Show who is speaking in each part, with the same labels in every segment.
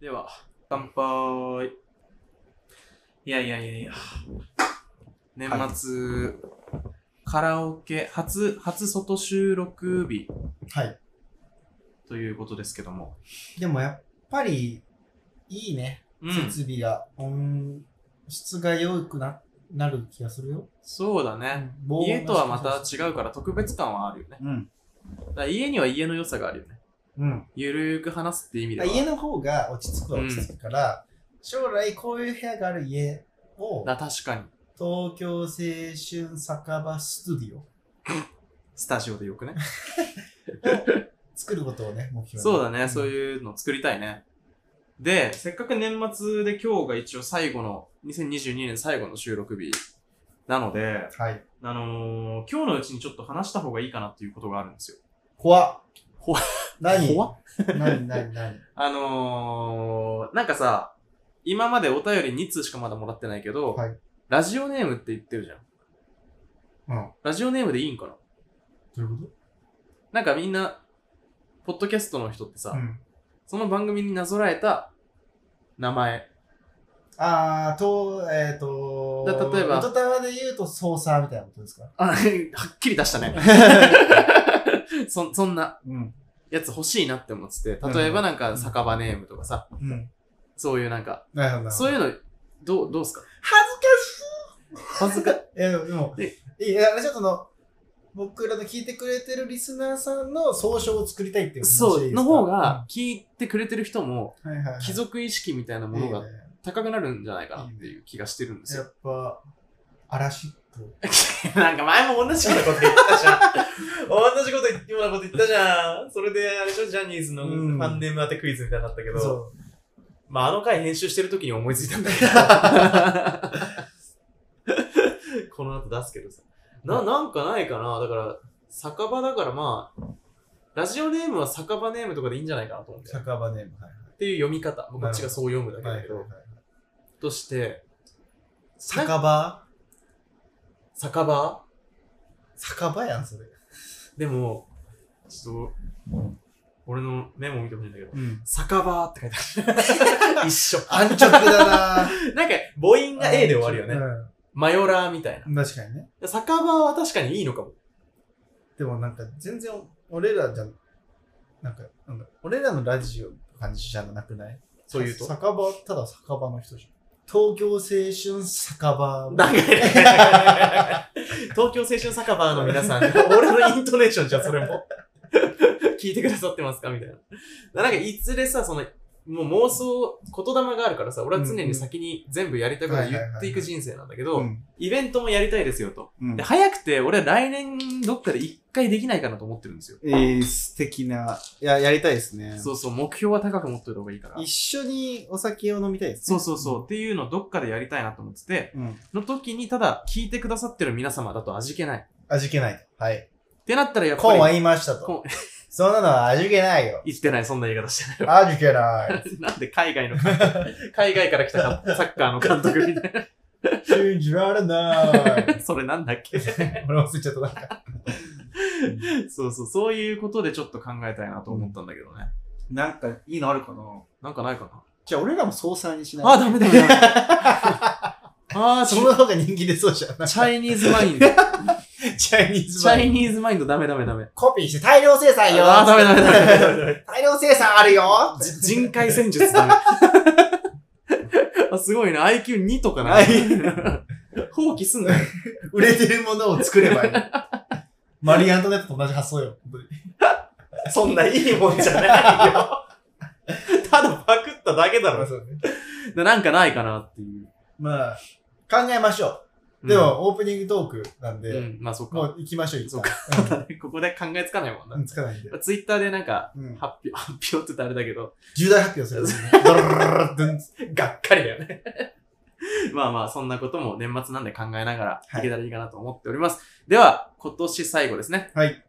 Speaker 1: では、乾杯。いやいやいやいや。年末、カラオケ、初、初外収録日
Speaker 2: はい。
Speaker 1: ということですけども。
Speaker 2: でもやっぱり、いいね。
Speaker 1: うん。
Speaker 2: 設備が、音質が良くななる気がするよ。
Speaker 1: そうだね。
Speaker 2: 防音が
Speaker 1: 家とはまた違うから特別感はあるよね。
Speaker 2: うん。
Speaker 1: だから家には家の良さがあるよね。
Speaker 2: うん。
Speaker 1: ゆるーく話すって意味では。
Speaker 2: 家の方が落ち着くは落ち着くから、将来こういう部屋がある家を、
Speaker 1: だ確かに。
Speaker 2: 東京青春酒場スタジオを
Speaker 1: スタジオでよくね。
Speaker 2: 作ることをね、目標に。
Speaker 1: そうだね、そう
Speaker 2: う。
Speaker 1: いうの作りたいね。で、せっかく年末で今日が一応最後の、2022年最後の収録日なので、
Speaker 2: はい。
Speaker 1: あのー、今日のうちにちょっと話した方がいいかなっていうことがあるんですよ。
Speaker 2: 怖っ。
Speaker 1: 怖っ
Speaker 2: 何
Speaker 1: 怖っ
Speaker 2: 何何何
Speaker 1: あのー、なんかさ、今までお便り2通しかまだもらってないけど、
Speaker 2: はい。
Speaker 1: ラジオネームって言ってるじゃん。
Speaker 2: うん。
Speaker 1: ラジオネームでいいんかな
Speaker 2: どういうこ
Speaker 1: なんかみんな、ポッドキャストの人ってさ、
Speaker 2: とうん。
Speaker 1: その番組になぞらえた名前。
Speaker 2: あー、と、えっ、ー、と、
Speaker 1: だ例えば
Speaker 2: 音玉で言うと、操作みたいなことです か
Speaker 1: あ、はっきり出したね。 そそんな
Speaker 2: うん。
Speaker 1: やつ欲しいなって思ってて、例えばなんか酒場ネームとかさ、
Speaker 2: うん。
Speaker 1: そういうなんか、
Speaker 2: なるほどなるほど。
Speaker 1: そういうの、どう、どうすか
Speaker 2: 恥ずかし
Speaker 1: 恥ずか、
Speaker 2: い。いや、でも、
Speaker 1: え
Speaker 2: いや、あれちょっとあの、僕らの聞いてくれてるリスナーさんの総称を作りたいっていう話
Speaker 1: そ
Speaker 2: で
Speaker 1: う、
Speaker 2: すか
Speaker 1: の方、が聞いてくれてる人も、
Speaker 2: うんはいはいはい、
Speaker 1: 貴族意識みたいなもの
Speaker 2: い
Speaker 1: が
Speaker 2: いね
Speaker 1: 高くなるんじゃないかなっていう気がしてるんです
Speaker 2: や
Speaker 1: よ。
Speaker 2: っぱ、嵐っぽい。
Speaker 1: なんか前も同じようなこと言った じゃん。同じこと言ってようなこと言ったじゃん。それで、あれでしょ、ジャニーズのフ
Speaker 2: うん
Speaker 1: ァンネーム当てクイズみたいになったけど、
Speaker 2: そう。
Speaker 1: まあ、あの回編集してる時に思いついたんだけ ど。この後出すけどさ。な、なんかないかなだから、酒場だからまあ、ラジオネームは酒場ネームとかでいいんじゃないかなと思うんだよ。
Speaker 2: 酒場ネーム、はい
Speaker 1: っていう読み方。こっちがそう読むだけ
Speaker 2: はい。
Speaker 1: だけど。として、
Speaker 2: 酒場
Speaker 1: 酒場
Speaker 2: 酒場やん、それ。
Speaker 1: でも、ちょっと、俺のメモ見てほしいんだけど、
Speaker 2: うん。
Speaker 1: 酒場って書いてあ る。一緒。
Speaker 2: 安直だ な
Speaker 1: なんか、母音が A で終わるよね。
Speaker 2: う
Speaker 1: マヨラーみたいな。
Speaker 2: ん。確かにね。
Speaker 1: 酒場は確かにいいのかも。
Speaker 2: でもなんか全然俺らじゃ、なんか、なんか俺らのラジオの感じじゃなくない
Speaker 1: そういうと
Speaker 2: 酒場、ただ酒場の人じゃん。東京青春酒場。
Speaker 1: 長いね。東京青春酒場の皆さん、俺のイントネーションじゃん、それも。聞いてくださってますかみたいな。なんか、いつでさ、その、もう妄想、言霊があるからさ、俺は常に先に全部やりたいことを言っていく人生なんだけ
Speaker 2: う
Speaker 1: ど、
Speaker 2: ん。
Speaker 1: イベントもやりたいですよと。
Speaker 2: うん
Speaker 1: で、早くて、俺は来年どっかで一回できないかなと思ってるんですよ。
Speaker 2: えー、素敵な、いや、やりたいですね
Speaker 1: そうそう、目標は高く持っといた方がいいから。
Speaker 2: 緒にお酒を飲みたいです
Speaker 1: そうそうそう。っ。ていうのをどっかでやりたいなと思ってて、
Speaker 2: うん。
Speaker 1: の時に、ただ、聞いてくださってる皆様だと味気ない。
Speaker 2: 味気ない。はい。
Speaker 1: ってなったら、やっぱ
Speaker 2: コン
Speaker 1: り
Speaker 2: は、言いました
Speaker 1: コン
Speaker 2: と。そんなのは味気ないよ。
Speaker 1: 言ってない、そんな言い方してないわ
Speaker 2: 味気 ない。
Speaker 1: なんで海外の監督、海外から来たかサッカーの監督みたい
Speaker 2: 信じられ ない。
Speaker 1: な。それなんだっ け
Speaker 2: 俺忘れちゃったなんか。
Speaker 1: そうそう、そういうことでちょっと考えたいなと思ったんだけどね。
Speaker 2: なんかいいのあるかな
Speaker 1: なんかないかな。
Speaker 2: じゃあ俺らも総裁にし
Speaker 1: あー、ダメだよ。 あー、
Speaker 2: そ
Speaker 1: そ
Speaker 2: の
Speaker 1: の、
Speaker 2: 方が人気でそうじゃん。
Speaker 1: チャイニーズマインド。チ
Speaker 2: チャイニーズ
Speaker 1: ャイニーズマインドダメダメダメ。
Speaker 2: コピーして大量生産よ
Speaker 1: あー、ダメダメダメダメダメ。
Speaker 2: 大量生産あるよ
Speaker 1: じ人海戦術 ダメ。あすごいな、IQ2 とかな
Speaker 2: はい。
Speaker 1: 放棄すんなよ。
Speaker 2: 売れてるものを作ればいい。マリーアントネットと同じ発想よ。
Speaker 1: そんないいもんじゃないよ。 ただパクっただけだろ。でなんかないかなっていう。
Speaker 2: まあ、考えましょう。でも、オープニングトークなん
Speaker 1: うん、う
Speaker 2: で、
Speaker 1: ん、まあそっか。
Speaker 2: もう行きましょう、一
Speaker 1: そう
Speaker 2: 旦
Speaker 1: か。 ここで考えつかないもん
Speaker 2: うんう
Speaker 1: な。
Speaker 2: んつかないんで。
Speaker 1: ツイッターでなんか、
Speaker 2: うん
Speaker 1: 発表、 発表って言ったらあれだけど、
Speaker 2: 重大発表する。ドロロロロロドゥン
Speaker 1: がっかりだよね。 まあまあ、そんなことも年末なんで考えながら
Speaker 2: はい
Speaker 1: いけたらいいかなと思っております。では、今年最後ですね。
Speaker 2: はい。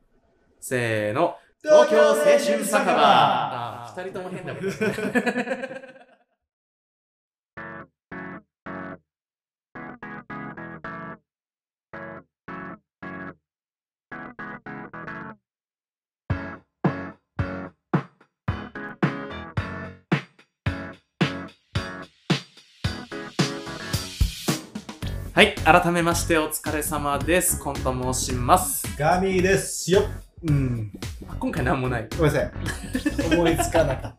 Speaker 1: せーの。
Speaker 2: 東京青春
Speaker 1: 酒
Speaker 2: 酒
Speaker 1: 場
Speaker 2: 場
Speaker 1: あー二人とも変なことだね。はい、改めましてお疲れ様です。コンと申します。
Speaker 2: ガミですよ。うん。
Speaker 1: 今回なんもない。
Speaker 2: ごめんなさい。思いつかなかっ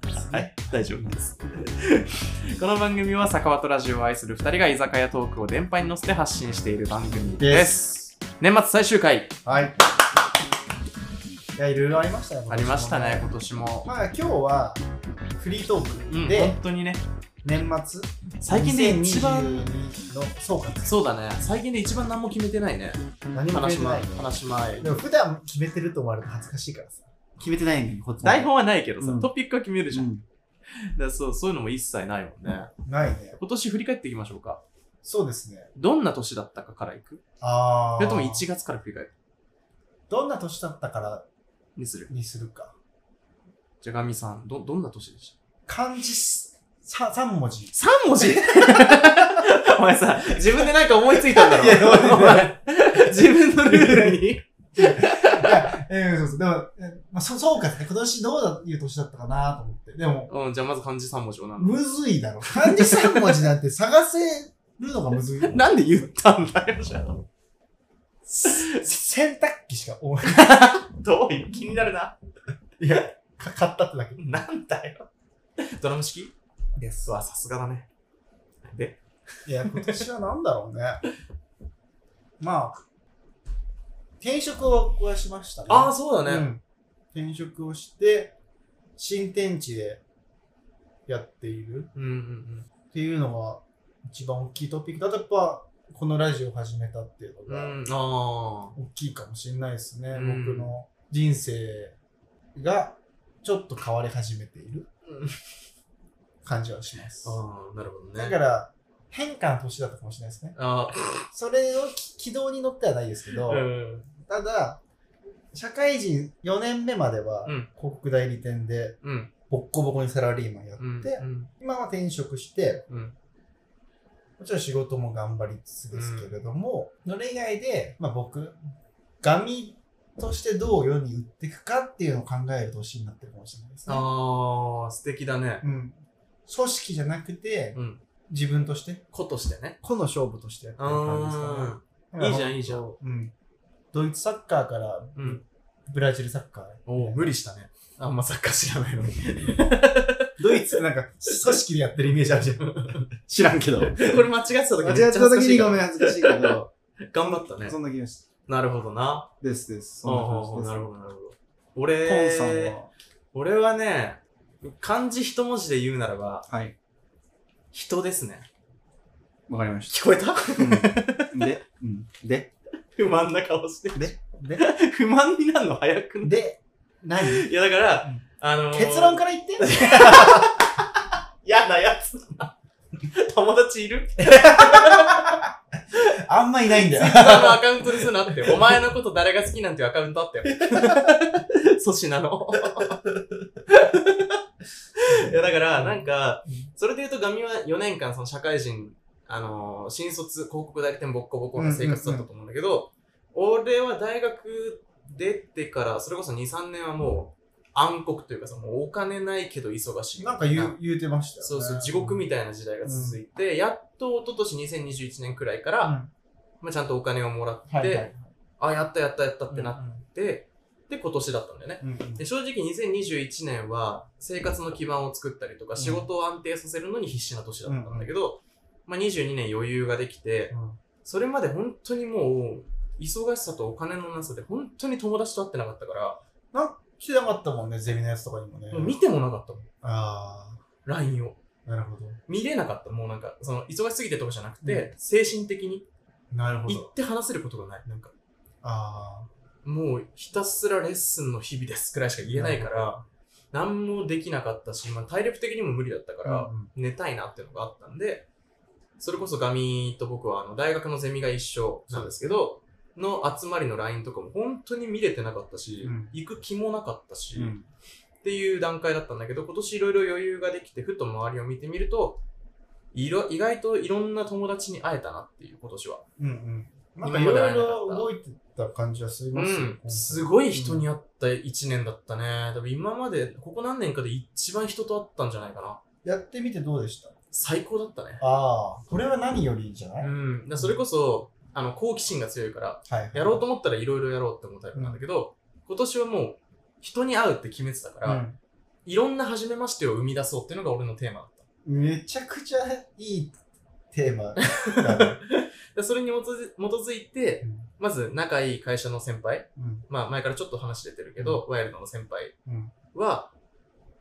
Speaker 2: たですね。
Speaker 1: はい、大丈夫です。 この番組は酒場とラジオを愛する2人が居酒屋トークを電波に乗せて発信している番組です。
Speaker 2: です。
Speaker 1: 年末最終回、
Speaker 2: はい。いや、いろいろありましたね。
Speaker 1: ありましたね、今
Speaker 2: 今年も
Speaker 1: 年も。
Speaker 2: まあ、今日は、フリートー
Speaker 1: うん、
Speaker 2: クで、
Speaker 1: 本当にね、
Speaker 2: 年末、
Speaker 1: 最近で一番、
Speaker 2: 2022の総括。
Speaker 1: そうだね、最近で一番何も決めてないね。
Speaker 2: 何も
Speaker 1: 話
Speaker 2: 決
Speaker 1: し
Speaker 2: めてな
Speaker 1: 前
Speaker 2: いね。、
Speaker 1: 話し前
Speaker 2: で。も、普段決めてると思われて恥ずかしいからさ。
Speaker 3: 決めてないね、こっちも
Speaker 1: 台本はないけどさ、
Speaker 3: うん
Speaker 1: トピックは決めるじゃん。
Speaker 3: うん
Speaker 1: だからそうそういうのも一切ないもんね。
Speaker 2: ないね。
Speaker 1: 今年振り返っていきましょうか。
Speaker 2: そうですね。
Speaker 1: どんな年だったかからいく
Speaker 2: あ
Speaker 1: そ
Speaker 2: あ。
Speaker 1: れとも1月から振り返る
Speaker 2: どんな年だったから
Speaker 1: にする
Speaker 2: にするか。
Speaker 1: じゃがみさん、ど、どんな年でした
Speaker 2: 漢字すさ3文字。
Speaker 1: 三文字 お前さ、自分でなんか思いついたんだろ
Speaker 2: いや思いついた
Speaker 1: お前自分のルールに。
Speaker 2: いや、えー、そうそう。でも、えーまあ、そそうかね。今年どうだいう年だったかなと思って。でも、
Speaker 1: うん、じゃあまず漢字三文字をなんだ
Speaker 2: むずいだろ。漢字3文字なんて探せるのがむずい。
Speaker 1: なんで言ったんだよ、じゃあ。
Speaker 2: 洗濯機しか思い
Speaker 1: どういう気になるな。
Speaker 2: いや、かかったってだけ
Speaker 1: なんだよ。ドラム式
Speaker 2: です
Speaker 1: うわ、さすがだね。で、
Speaker 2: いや、今年はなんだろうね。まあ、転職をこうしましたね。
Speaker 1: ああ、そうだ
Speaker 2: う
Speaker 1: ね。
Speaker 2: ん、転職をして、新天地でやっている
Speaker 1: うん、うん、うん
Speaker 2: っていうのが一番大きいトピックだとやっぱこのラジオを始めたっていう
Speaker 1: う
Speaker 2: のが
Speaker 1: ん。うん、あ
Speaker 2: 大きいかもしれないですね、
Speaker 1: うん
Speaker 2: 僕の人生がちょっと変わり始めている
Speaker 1: うん
Speaker 2: 感じはします
Speaker 1: あ。、ああ、なるほどね。
Speaker 2: だから変化の年だったかもしれないですね
Speaker 1: あ
Speaker 2: それをき軌道に乗ってはないですけ
Speaker 1: あ、
Speaker 2: ど、
Speaker 1: うん。
Speaker 2: ただ社会人4年目までは
Speaker 1: うん
Speaker 2: 広告代理店で
Speaker 1: うん。
Speaker 2: ボッコボコにサラリーマンやって、
Speaker 1: うん。うん
Speaker 2: 今は転職して、
Speaker 1: うん
Speaker 2: もちろん仕事も頑張りつつですけれども、それ以外で、まあ、僕ガミとしてどう世に売っていくかっていうのを考える年になってるかもしれないですね。
Speaker 1: ああ、素敵だね。
Speaker 2: うん、組織じゃなくて、
Speaker 1: うん。
Speaker 2: 自分として
Speaker 1: 子としてね。
Speaker 2: 個の勝負としてやってる感じですか
Speaker 1: う
Speaker 2: ね。
Speaker 1: ん。いいじゃん、いいじゃん。
Speaker 2: ん、うん。ドイツサッカーから
Speaker 1: うん。
Speaker 2: ブラジルサッカーへ
Speaker 1: おお、無理したね。あんまサッカー知らないのに。
Speaker 2: ドイツなんか組織でやってるイメージあるじゃ ん。
Speaker 3: 知らんけど。
Speaker 1: これ間違ってた時めっち
Speaker 2: 間違
Speaker 1: ゃ
Speaker 2: っ
Speaker 1: 恥
Speaker 2: た時
Speaker 1: ずかし
Speaker 2: に
Speaker 1: いか
Speaker 2: ごめん恥ずかしいけど、
Speaker 1: ら頑張ったね。
Speaker 3: そんな気がし
Speaker 1: なるほどな。
Speaker 3: ですです。
Speaker 1: お
Speaker 3: そ
Speaker 1: うんおうおう
Speaker 3: な
Speaker 1: な
Speaker 3: 感じ
Speaker 1: るほど、なるほど。俺、
Speaker 3: です。ポンさんは、
Speaker 1: 俺はね、漢字一文字で言うならば、
Speaker 3: はい、
Speaker 1: 人ですね。
Speaker 3: わかりまし
Speaker 1: 聞こえた
Speaker 3: た。うんで、うんで、
Speaker 1: 不満な顔して。
Speaker 3: で、
Speaker 2: で、
Speaker 1: 不満になるの早くね。
Speaker 2: で、何
Speaker 1: いや、だから、
Speaker 2: うん
Speaker 1: あのー
Speaker 2: 結論から言って
Speaker 1: 嫌なやつ だな。友達いる
Speaker 2: あんまいないんだよ。
Speaker 1: あのアカウントですなって。お前のこと誰が好きなんていうアカウントあったよ。粗品の。いや、だから、なんか、それで言うと、ガミは4年間、その社会人、あのー新卒、広告代理店ボッコボコの生活だったと思うんだけど、俺は大学出てから、それこそ2、3年はもう暗黒というかさ、もうお金ないけど忙しい。
Speaker 2: なんか言う言うてましたよ、ね。
Speaker 1: そうそう、地獄みたいな時代が続いて、やっと一昨年2021年くらいから、
Speaker 2: うん
Speaker 1: まあ、ちゃんとお金をもらって、
Speaker 2: はいはい
Speaker 1: あ、やったやったやったってなっ
Speaker 2: な
Speaker 1: て、で、今年だったんだよね。
Speaker 2: うんうん
Speaker 1: で正直2021年は生活の基盤を作ったりとか
Speaker 2: ん
Speaker 1: 仕事を安定させるのに必死な年だったんだけど、まあ、22年余裕ができてそれまで本当にもう忙しさとお金のなさで本当に友達と会ってなかったから、
Speaker 2: なんか来てなかったもんね、ゼミのやつとかにもね。
Speaker 1: もう見てもなかったもん
Speaker 2: あ
Speaker 1: LINE を
Speaker 2: あ、なるほど。
Speaker 1: 見れなかったもうなんかその忙しすぎてとかじゃなくて、精神的に
Speaker 2: なるほ
Speaker 1: 行
Speaker 2: ど。
Speaker 1: って話せることがないなんか
Speaker 2: あ
Speaker 1: もうひたすらレッスンの日々ですくらいしか言えないから何もできなかったし、まあ、体力的にも無理だったか
Speaker 2: あ。
Speaker 1: ら、
Speaker 2: うんうん
Speaker 1: 寝たいなっていうのがあったんで、それこそガミと僕はあの大学のゼミが一緒なんですけど、の集まりの LINE とかも本当に見れてなかったし、
Speaker 2: うん
Speaker 1: 行く気もなかったし、
Speaker 3: うん
Speaker 1: っていう段階だったんだけど、今年いろいろ余裕ができて、ふと周りを見てみると、いろ意外といろんな友達に会えたなっていう今年は。
Speaker 2: うんうん。なんかい
Speaker 1: 今まで会え
Speaker 2: ろい
Speaker 1: なか
Speaker 2: ろ
Speaker 1: った
Speaker 2: 動いてた感じはす
Speaker 1: う
Speaker 2: ますよ
Speaker 1: ん、すごい人に会った1年だったね。多分今まで、ここ何年かで一番人と会ったんじゃないかな。
Speaker 2: やってみてどうでした
Speaker 1: 最高だったね。
Speaker 2: ああ、これは何よりじゃない、
Speaker 1: うん。だからそれこそ、あの、好奇心が強いから、
Speaker 2: はい。
Speaker 1: やろうと思ったらいろいろやろうって思うタイプなんだけど、今年はもう、人に会うって決めてたから、
Speaker 2: うん
Speaker 1: いろんな初めましてを生み出そうっていうのが俺のテーマだった。
Speaker 2: めちゃくちゃいいテーマだね。
Speaker 1: でそれに基づ基づいて、まず仲いい会社の先輩、
Speaker 2: うん
Speaker 1: まあ前からちょっと話出てるけど、ワイルドの先輩
Speaker 2: うん
Speaker 1: は、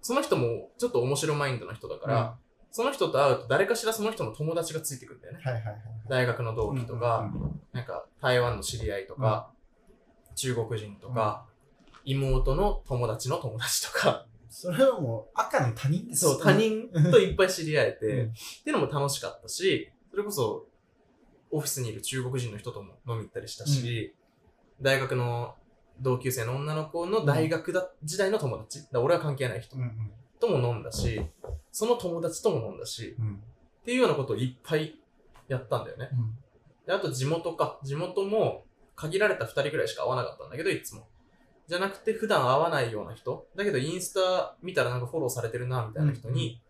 Speaker 1: その人もちょっと面白マインドの人だ から、その人と会うと誰かしらその人の友達がついてくるんだよね。
Speaker 2: はいはいはい。
Speaker 1: 大学の同期とか、
Speaker 3: うんうんうん
Speaker 1: なんか台湾の知り合いとか、中国人とか、妹の友達の友達とか、
Speaker 2: それはもう赤の他人です
Speaker 1: そう、他人といっぱい知り合えて、
Speaker 2: うん
Speaker 1: っていうのも楽しかったし、それこそ、オフィスにいる中国人の人とも飲み行ったりしたし、大学の同級生の女の子の大学だ、時代の友達、だから俺は関係ない人
Speaker 2: うんうん
Speaker 1: とも飲んだし、その友達とも飲んだし、
Speaker 2: うん
Speaker 1: っていうようなことをいっぱいやったんだよね。
Speaker 2: うん
Speaker 1: で、あと地元か。地元も限られた2人くらいしか会わなかったんだけど、いつも。じゃなくて、普段会わないような人。だけど、インスタ見たらなんかフォローされてるな、みたいな人に、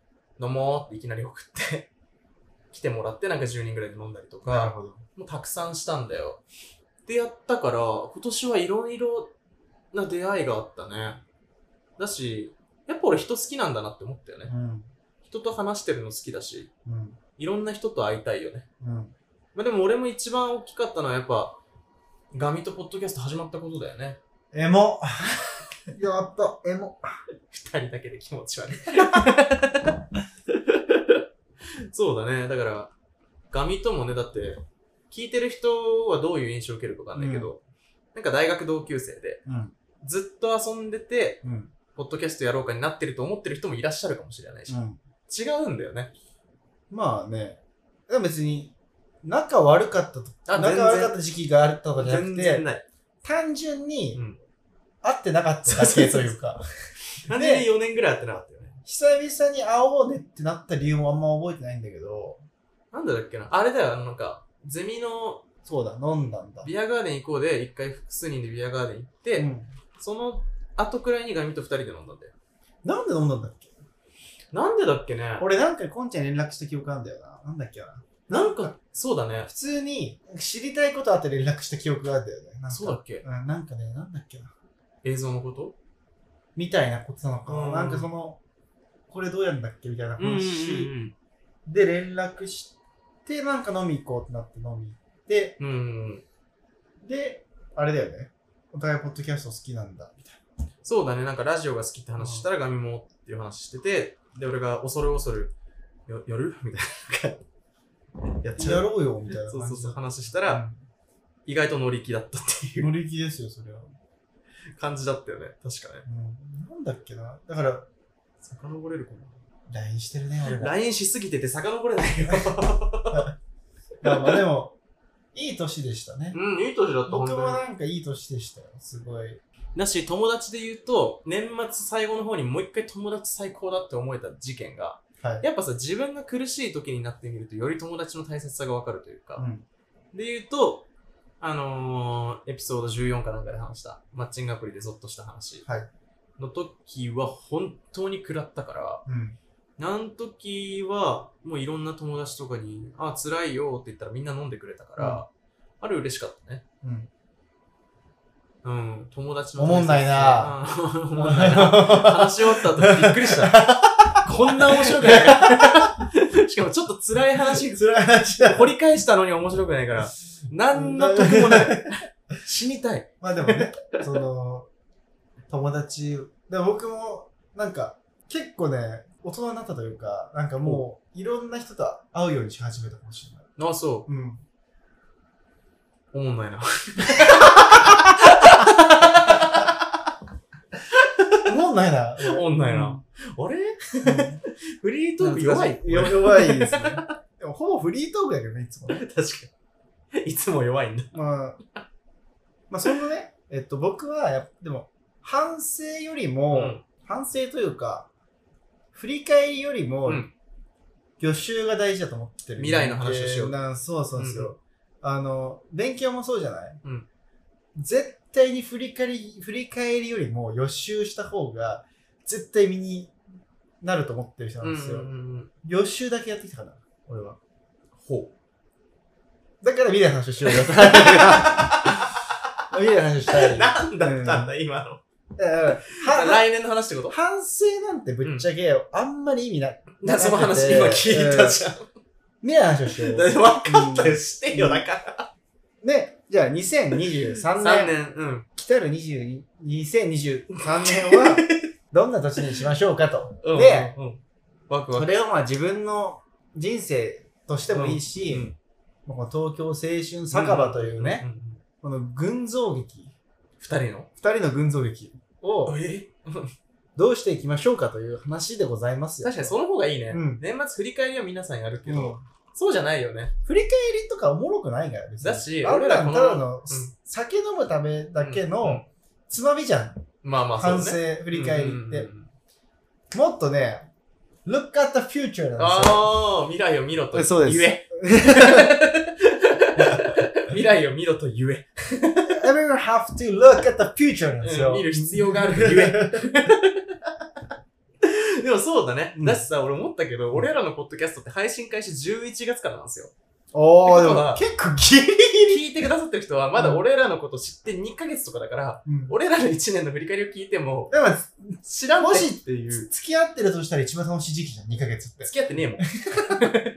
Speaker 1: 飲もうっていきなり送って、 来てもらって、なんか10人くらいで飲んだりと
Speaker 2: なる
Speaker 1: か、
Speaker 2: ほど。
Speaker 1: もうたくさんしたんだよ。で、やったから、今年はいろいろな出会いがあったね。だし、やっぱ俺人好きなんだなって思ったよね
Speaker 2: う。ん
Speaker 1: 人と話してるの好きだし、
Speaker 2: うん
Speaker 1: いろんな人と会いたいよね。
Speaker 2: うん。
Speaker 1: まあ、でも俺も一番大きかったのはやっぱ、ガミとポッドキャスト始まったことだよね。
Speaker 2: エ モやっとエモ。
Speaker 1: 二人だけで気持ち悪い。そうだね。だから、ガミともね、だって、聞いてる人はどういう印象を受けるかわかんないけど、なんか大学同級生で、
Speaker 2: うん
Speaker 1: ずっと遊んでて、
Speaker 2: うん
Speaker 1: ポッドキャストやろうかになってると思ってる人もいらっしゃるかもしれないし、
Speaker 2: うん。
Speaker 1: 違うんだよね。
Speaker 2: まあね、でも別に仲悪かったと
Speaker 1: あ
Speaker 2: 仲悪かった時期があったとかじゃな
Speaker 1: 全
Speaker 2: く
Speaker 1: 然
Speaker 2: て、
Speaker 1: ない。
Speaker 2: 単純に
Speaker 1: うん。
Speaker 2: 会ってなかっただけというか、
Speaker 1: なんで4年ぐらいやってなかったよね。
Speaker 2: 久々に会おうねってなった理由もあんま覚えてないんだけど、
Speaker 1: なんだっけな。あれだよ、あのなんか、ゼミの
Speaker 2: そうだ、飲んだんだ。
Speaker 1: ビアガーデン行こうで、一回複数人でビアガーデン行って、
Speaker 2: うん
Speaker 1: その後くらいにガミと二人で飲んだんだよ。
Speaker 2: なんで飲んだんだっけ
Speaker 1: なんでだっけね
Speaker 2: 俺なんかコンちゃんに連絡した記憶あるんだよな。なんだっけな。
Speaker 1: なんか、そうだね
Speaker 2: 普。通に知りたいことあって連絡した記憶があるんだよね。なんか
Speaker 1: そうだっけ
Speaker 2: うんなんかね、なんだっけな。
Speaker 1: 映像のこと
Speaker 2: みたいなことなのかな。
Speaker 1: うん
Speaker 2: なんかその、これどうやるんだっけみたいな
Speaker 1: うんうんうんう
Speaker 2: 話
Speaker 1: ん。
Speaker 2: で連絡して、なんか飲み行こうってなって飲み行って、
Speaker 1: うんうんうん。
Speaker 2: で、あれだよね。お互いポッドキャスト好きなんだ。みたい
Speaker 1: そうだね。なんかラジオが好きって話したらガミもっていう話してて、で、俺が恐る恐る、よ、やるみたいな。なんかやっち
Speaker 2: な。や
Speaker 1: ゃう。
Speaker 2: ろうよ、みたいな
Speaker 1: そう
Speaker 2: 感
Speaker 1: そう
Speaker 2: じ
Speaker 1: そ
Speaker 2: だ
Speaker 1: う。
Speaker 2: った。
Speaker 1: 話したら、意外と乗り気だったって
Speaker 2: う
Speaker 1: い
Speaker 2: ん
Speaker 1: う
Speaker 2: 乗り気ですよ、それは。
Speaker 1: 感じだったよね。確かね。
Speaker 2: うんなんだっけな。だから、
Speaker 1: 遡れるかな
Speaker 2: LINE してるね、俺も。
Speaker 1: ?LINE しすぎてて遡れないよ。
Speaker 2: まあまあでも、いい年でしたね。
Speaker 1: うん、いい年だった、本
Speaker 2: 僕
Speaker 1: 当に
Speaker 2: もなんかいい年でしたよ、すごい。
Speaker 1: だし、友達で言うと、年末最後の方にもう一回友達最高だって思えた事件が、
Speaker 2: はい。
Speaker 1: やっぱさ、自分が苦しい時になってみると、より友達の大切さがわかるという
Speaker 2: う
Speaker 1: か。
Speaker 2: ん
Speaker 1: で言うと、あのーエピソード14かなんかで話した、マッチングアプリでゾッとした話
Speaker 2: はい
Speaker 1: の時は本当に食らったから、
Speaker 2: うん。
Speaker 1: なん時は、もういろんな友達とかに、あ、辛いよって言ったらみんな飲んでくれたから、あれ嬉しかったね。
Speaker 2: うん。
Speaker 1: うん、友達の
Speaker 2: おもんないな
Speaker 1: ぁ。 おもんないな話し終わった後びっくりした。こんな面白くないから。しかもちょっと辛い話、
Speaker 2: 辛い話だ。
Speaker 1: 掘り返したのに面白くないから、なんの得もない。死にたい。
Speaker 2: まあでもね、その、友達、で僕も、なんか、結構ね、大人になったというか、なんかもう、いろんな人と会うようにし始めたかもしれない。
Speaker 1: あ、そ
Speaker 2: うん。
Speaker 1: う。おもんないな。
Speaker 2: もうないな。
Speaker 1: おもんないな。あれフリートーク弱い。
Speaker 2: 弱い。弱いですね。 でも、ほぼフリートークだけどね、いつもね。
Speaker 1: 確かに。いつも弱いんだ。
Speaker 2: まあ、まあ、そのね、えっと、僕はやっぱ、でも、反省よりも、
Speaker 1: うん
Speaker 2: 反省というか、振り返りよりも、
Speaker 1: うん
Speaker 2: 予習が大事だと思ってる。
Speaker 1: 未来の話をしよう
Speaker 2: なんそうそうですよ、あの、勉強もそうじゃない、
Speaker 1: うん
Speaker 2: 絶対に振り返り、振り返りよりも予習した方が、絶対身に、なると思ってる人なんですよ。
Speaker 1: うんうんうん
Speaker 2: 予習だけやってきたかな、俺は。
Speaker 1: ほ
Speaker 2: だから未来の話をしよ うよ。未来の話をした
Speaker 1: う。
Speaker 2: い。だか
Speaker 1: なんだったんだ、今の。
Speaker 2: らは
Speaker 1: 来年の話ってこと
Speaker 2: 反省なんてぶっちゃけ、あんまり意味ない。
Speaker 1: だその話今聞いたじゃん。
Speaker 2: 未来の話をしよう
Speaker 1: だっ
Speaker 2: よ。
Speaker 1: て分かったよ、してよ、だから。
Speaker 2: ね、じゃあ2023
Speaker 1: 3
Speaker 2: 年。
Speaker 1: 年、うん。
Speaker 2: 来たる20 2023年 は、どんな年にしましょうかと。
Speaker 1: うん
Speaker 2: で、、
Speaker 1: うんワクワ
Speaker 2: そ
Speaker 1: ク。
Speaker 2: れをまあ自分の人生としてもいいし、
Speaker 1: うん
Speaker 2: まあこの東京青春酒場というね、
Speaker 1: うんうんうん。
Speaker 2: この群像劇、
Speaker 1: 二人の
Speaker 2: 二人の群像劇を
Speaker 1: え
Speaker 2: どうしていきましょうかという話でございますよ。
Speaker 1: 確かにその方がいいね
Speaker 2: うん。
Speaker 1: 年末振り返りは皆さんやるけ
Speaker 2: うん
Speaker 1: ど、そうじゃないよね。
Speaker 2: 振り返りとかおもろくないから別に。
Speaker 1: だし
Speaker 2: あん
Speaker 1: 俺ら
Speaker 2: な
Speaker 1: この
Speaker 2: のただの、
Speaker 1: ん
Speaker 2: 酒飲むためだけ
Speaker 1: うんう
Speaker 2: の
Speaker 1: ん
Speaker 2: つまみじゃん。
Speaker 1: まあまあ、そうね。
Speaker 2: 反省、振り返りって。
Speaker 1: うんうんうん。
Speaker 2: もっとね、look at the future なんですよ。
Speaker 1: ああ、未来を見ろと言え。
Speaker 3: そうです
Speaker 1: え。未来を見ろと言え。
Speaker 2: Everyone have to look at the future なんですよ。
Speaker 1: うん見る必要がある と言え。でもそうだね。
Speaker 2: うん
Speaker 1: だしさ、俺思ったけど、俺らのポッドキャストって配信開始11月からなんですよ。
Speaker 2: お
Speaker 1: って
Speaker 2: ー、で
Speaker 1: こと
Speaker 2: も
Speaker 1: は
Speaker 2: 結構ギリ。
Speaker 1: 聞いてくださってる人は、まだ俺らのこと知って2ヶ月とかだから、
Speaker 2: うん
Speaker 1: 俺らの1年の振り返りを聞いても、
Speaker 2: でも、
Speaker 1: 知らん
Speaker 2: も
Speaker 1: て
Speaker 2: し
Speaker 1: っていう。
Speaker 2: 付き合ってるとしたら一番楽しい時期じゃん、2ヶ月って。
Speaker 1: 付き合ってねえ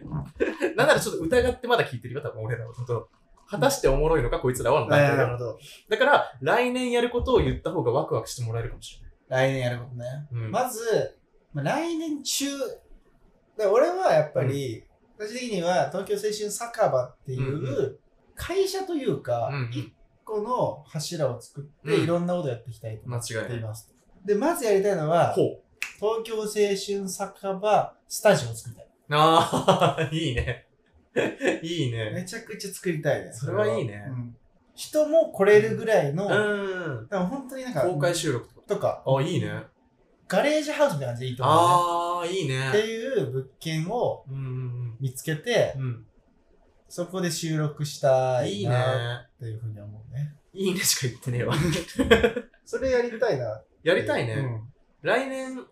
Speaker 1: も ん。なんならちょっと疑ってまだ聞いてるよ、多分俺らのこと。果たしておもろいのか、こいつらはなんていうの
Speaker 2: ほど。
Speaker 1: だから、来年やることを言った方がワクワクしてもらえるかもし
Speaker 2: 来年やること
Speaker 1: れ
Speaker 2: ね。
Speaker 1: ない。うん。
Speaker 2: まず、まあ来年中、で俺はやっぱり、私的には東京青春酒場ってい
Speaker 1: うん
Speaker 2: う会社というか
Speaker 1: うんうん、
Speaker 2: 一個の柱を作って
Speaker 1: うん
Speaker 2: いろんなことやっていきたいと思
Speaker 1: 間違い
Speaker 2: って
Speaker 1: ないい。
Speaker 2: ます。で、まずやりたいのは、
Speaker 1: ほう。
Speaker 2: 東京青春酒場スタジオを作りたい。
Speaker 1: ああ、いいね。 いいね。
Speaker 2: めちゃくちゃ作りたいね。
Speaker 1: それはいいね
Speaker 2: うん人も来れるぐらいの、
Speaker 1: うーん。
Speaker 2: でも本当になんか、
Speaker 1: 公開収録ってこと
Speaker 2: か、
Speaker 1: と。あ、いいね。
Speaker 2: ガレージハウスみたいな感じでいいと思、
Speaker 1: ああ、いいう
Speaker 2: ね。っ
Speaker 1: ね。
Speaker 2: ていう物件を
Speaker 1: うんうん
Speaker 2: 見つけて
Speaker 1: う、ん。うん。
Speaker 2: そこで収録した
Speaker 1: い
Speaker 2: い
Speaker 1: い
Speaker 2: なっ
Speaker 1: ね。
Speaker 2: ていうふうに思うね。
Speaker 1: いいねしか言ってねえわ。
Speaker 2: それやりたいな。
Speaker 1: やりたいね。
Speaker 2: うん
Speaker 1: 来年、